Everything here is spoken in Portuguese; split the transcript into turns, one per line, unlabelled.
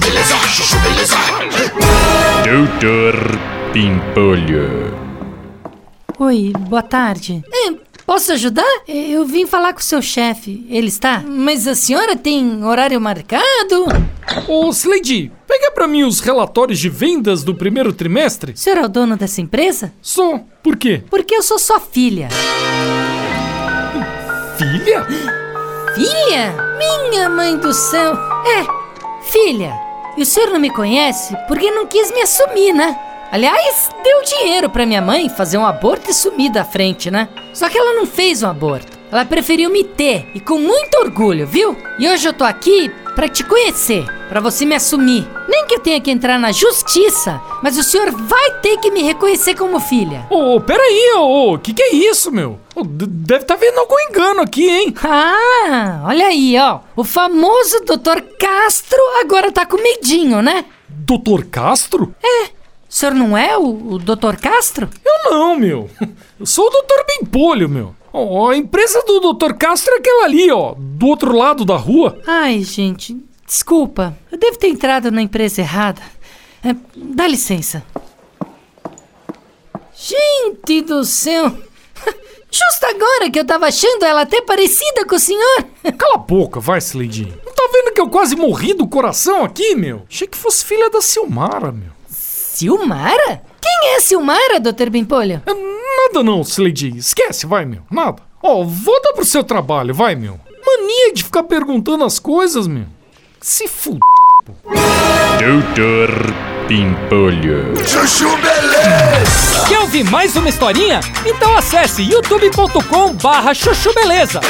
Beleza, chuchu, beleza.
Doutor Pimpolho.
Oi, boa tarde. É,
É, Posso ajudar?
Eu vim falar com o seu chefe. Ele está?
Mas a senhora tem horário marcado?
Ô, Slade, pega pra mim os relatórios de vendas do primeiro trimestre.
O senhor é o dono dessa empresa?
Só, por quê?
Porque eu sou sua filha.
Filha?
Filha? Minha mãe do céu!
É, filha. E o senhor não me conhece porque não quis me assumir, né? Aliás, deu dinheiro pra minha mãe fazer um aborto e sumir da frente, né? Só que ela não fez um aborto. Ela preferiu me ter e com muito orgulho, viu? E hoje eu tô aqui pra te conhecer, pra você me assumir. Nem que eu tenha que entrar na justiça, mas o senhor vai ter que me reconhecer como filha.
Ô, peraí, ô, ô, que que é isso, meu? Ô, d- deve tá vendo algum engano aqui, hein?
Ah, olha aí, ó. O famoso Dr. Castro agora tá com medinho, né?
Doutor Castro?
O senhor não é o, o Dr. Castro?
Eu não, meu. Eu sou o Doutor Pimpolho, meu. Ó, a empresa do Doutor Castro é aquela ali, ó, do outro lado da rua.
Ai, gente, desculpa. Eu devo ter entrado na empresa errada. É, dá licença.
Gente do céu! Justo agora que eu tava achando ela até parecida com o senhor!
Cala a boca, vai, Slade. Não tá vendo que eu quase morri do coração aqui, meu? Achei que fosse filha da Silmara, meu.
Silmara? Quem é Silmara, Dr. Bimpolho?
É, Nada não, Slade. Esquece, vai, meu. Nada. Ó, volta pro seu trabalho, vai, meu. Mania de ficar perguntando as coisas, meu. Se fuder.
Doutor Pimpolho.
Chuchu, beleza.
Quer ouvir mais uma historinha? Então acesse youtube.com barra chuchu beleza.